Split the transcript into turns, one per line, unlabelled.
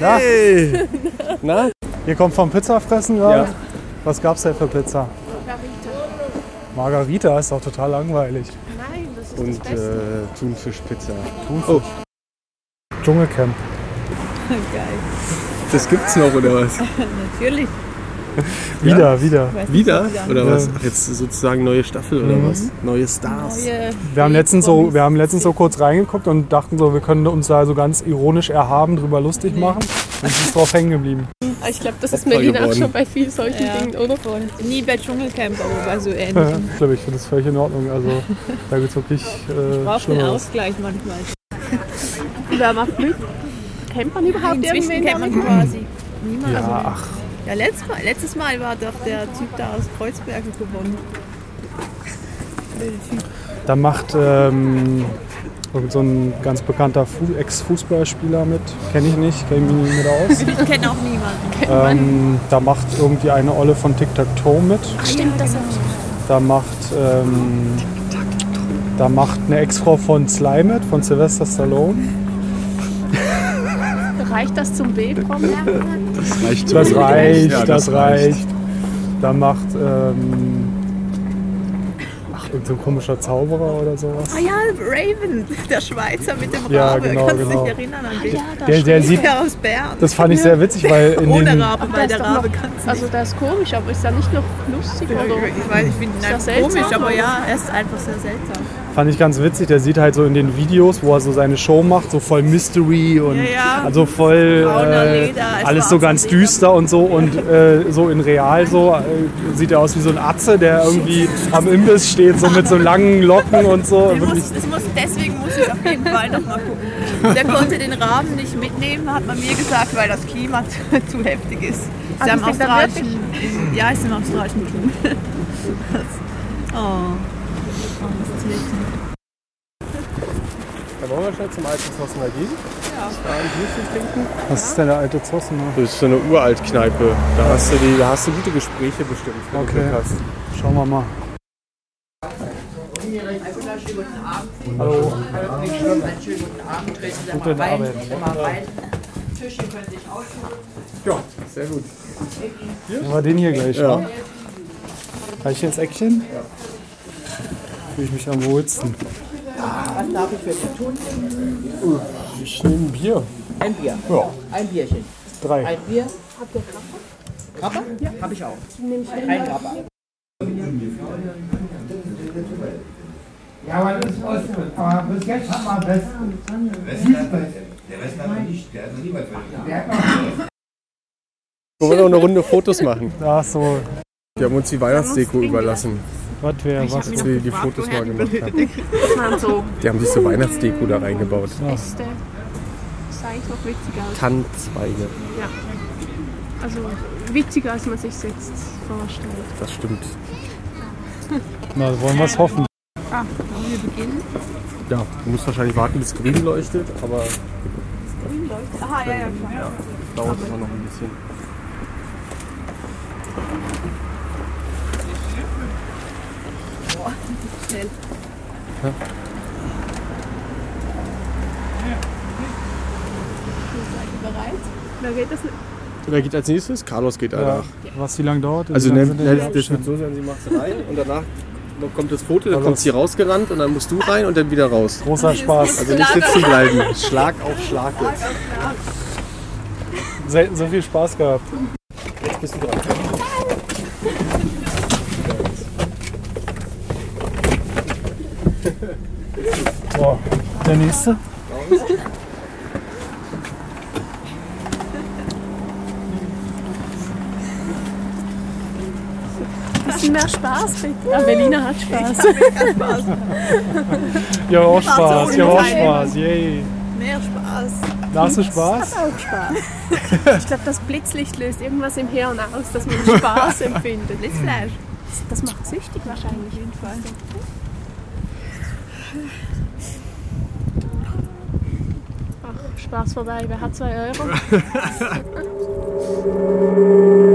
Na?
Hey. Na?
Ihr kommt vom Pizzafressen gerade?
Ja.
Was gab's denn für Pizza?
Margarita.
Margarita ist doch total langweilig.
Nein, das ist das
Und
Beste.
äh, Thunfischpizza. Oh,
Thunfisch. Dschungelcamp.
Geil.
Das gibt's noch, oder was?
Natürlich.
Wieder, wieder.
Weißt du,
Wieder?
was
Oder
Ja.
was? Ach, Jetzt sozusagen neue Staffel oder was? Mhm. Neue Stars.
Neue
Wir haben, letztens so,
Liedpromis.
wir haben letztens so kurz reingeguckt und dachten so, wir können uns da so ganz ironisch erhaben drüber lustig machen. Und es ist drauf hängen geblieben.
Ah, Ich glaube, das ist
Opfer
Berlin auch
geworden.
schon bei vielen solchen
Ja.
Dingen, oder?
Voll. Nie bei Dschungelcamp, aber bei so ähnlich.
ich glaube, ich finde das völlig in Ordnung. Also da gibt es wirklich äh,
Braucht einen
Schlimmeres.
Ausgleich manchmal.
Wer macht mit? Kennt man überhaupt
Inzwischen
irgendwen
kennt man
damit?
quasi niemand.
Ja,
also,
ach,
ja letztes, mal, letztes Mal war doch der Typ da aus Kreuzberg gewonnen.
da macht ähm, irgend so ein ganz bekannter Fu- Ex-Fußballspieler mit. Kenne ich nicht, kenne mich nicht mit aus.
Ich kenne auch niemanden.
ähm, da macht irgendwie eine Olle von Tic-Tac-Toe mit.
Stimmt, das habe
Da macht, ähm, da macht eine Ex-Frau von Sly mit, von Sylvester Stallone.
ich. Reicht das zum B-Promi?
Das reicht.
Das
schon.
reicht,
Ja,
das, reicht. Da macht ähm, ach, irgend so ein komischer Zauberer oder sowas.
Ah ja, Raven, der Schweizer mit dem Rabe.
Ja, genau,
Kannst du
genau.
dich erinnern an den?
Der, der sieht,
Der aus Bern.
das fand ich sehr witzig, weil in
Ohne
den,
Rabe, weil der Rabe kann es
Also, das ist komisch, aber ist da nicht noch lustig? Oder?
Ich weiß, ich finde ihn
Ist das
einfach komisch,
seltsam,
aber
oder?
ja, er ist einfach sehr seltsam.
fand ich ganz witzig, der sieht halt so in den Videos, wo er so seine Show macht, so voll Mystery und
Ja, ja.
also voll
Brauner
äh,
Leder, ne?
alles so
schwarzer
ganz
Leder.
düster und so und äh, so in real so äh, sieht er aus wie so ein Atze, der irgendwie am Imbiss steht, so mit so langen Locken und so.
Den
Wirklich
muss, das muss, deswegen muss ich auf jeden Fall nochmal gucken. Der konnte den Raben nicht mitnehmen, hat man mir gesagt, weil das Klima zu, zu heftig ist. Ist
Ah,
ja im
die sind da
australischen, ja, ist im australischen Klima. Das, oh, oh, das ist nicht.
Da wollen wir schnell zum alten Zossener gehen.
Was ist denn der alte Zossen? ne?
Das ist so eine Uraltkneipe. Da hast du, die, da hast du gute Gespräche bestimmt. wenn du
Okay.
Glück hast.
Schauen wir mal. Hallo. Guten Abend.
Sehr gut.
Nehmen wir den hier gleich.
Ja.
ne? Kann ich ins Eckchen? Ja. Fühle ich mich am wohlsten.
Uh,
Was darf ich für dich tun? Ich nehme ein Bier.
Ein Bier.
Ja,
Ein Bierchen.
drei.
Ein Bier. Habt ihr Grappa? Ja. Hab ich auch. Ein Grappa.
Ja, aber das ist Ostwirt. Aber bis jetzt haben wir am besten. Süßweiß.
Wollen wir noch eine Runde Fotos machen?
Ach so,
Wir haben uns die Weihnachtsdeko überlassen,
was wäre was?
als wir die Fotos mal gemacht haben. Die haben sich so Weihnachtsdeko da reingebaut.
Äste. Sah eigentlich noch witziger aus.
Tannenzweige.
Also, witziger, als man sich jetzt vorstellt.
Das stimmt.
Na, wollen wir es hoffen.
Ja, du musst wahrscheinlich warten, bis grün leuchtet, aber. Grün leuchtet? Ah, ja, ja, klar. Ja, dauert immer noch ein bisschen.
Wer geht das nicht?
Wer geht als nächstes? Carlos geht
Ja.
danach.
Was, wie lange dauert?
Also,
Wie lange
ne,
sind
ne,
denn die
das wird
Abstände?
so sein, sie macht rein und danach kommt das Foto, dann
Carlos.
kommt sie rausgerannt und dann musst du rein und dann wieder raus.
Großer Spaß.
Also nicht sitzen bleiben. Schlag auf Schlag jetzt.
Selten so viel Spaß gehabt.
Jetzt bist du dran.
Boah. Der nächste?
Bisschen mehr Spaß, bitte. Avelina Ah, hat Spaß.
Ja, auch
macht's auch
Spaß. Ja, auch
Spaß.
Spaß. Yay.
Mehr Spaß.
Da hast du Spaß?
auch Spaß. Ich glaube, das Blitzlicht löst irgendwas im Hirn aus, dass man Spaß empfindet.
Hm.
Blitzfleisch.
Das macht süchtig wahrscheinlich. Jedenfalls. Ach, Spaß vorbei. Wer hat 2 Euro?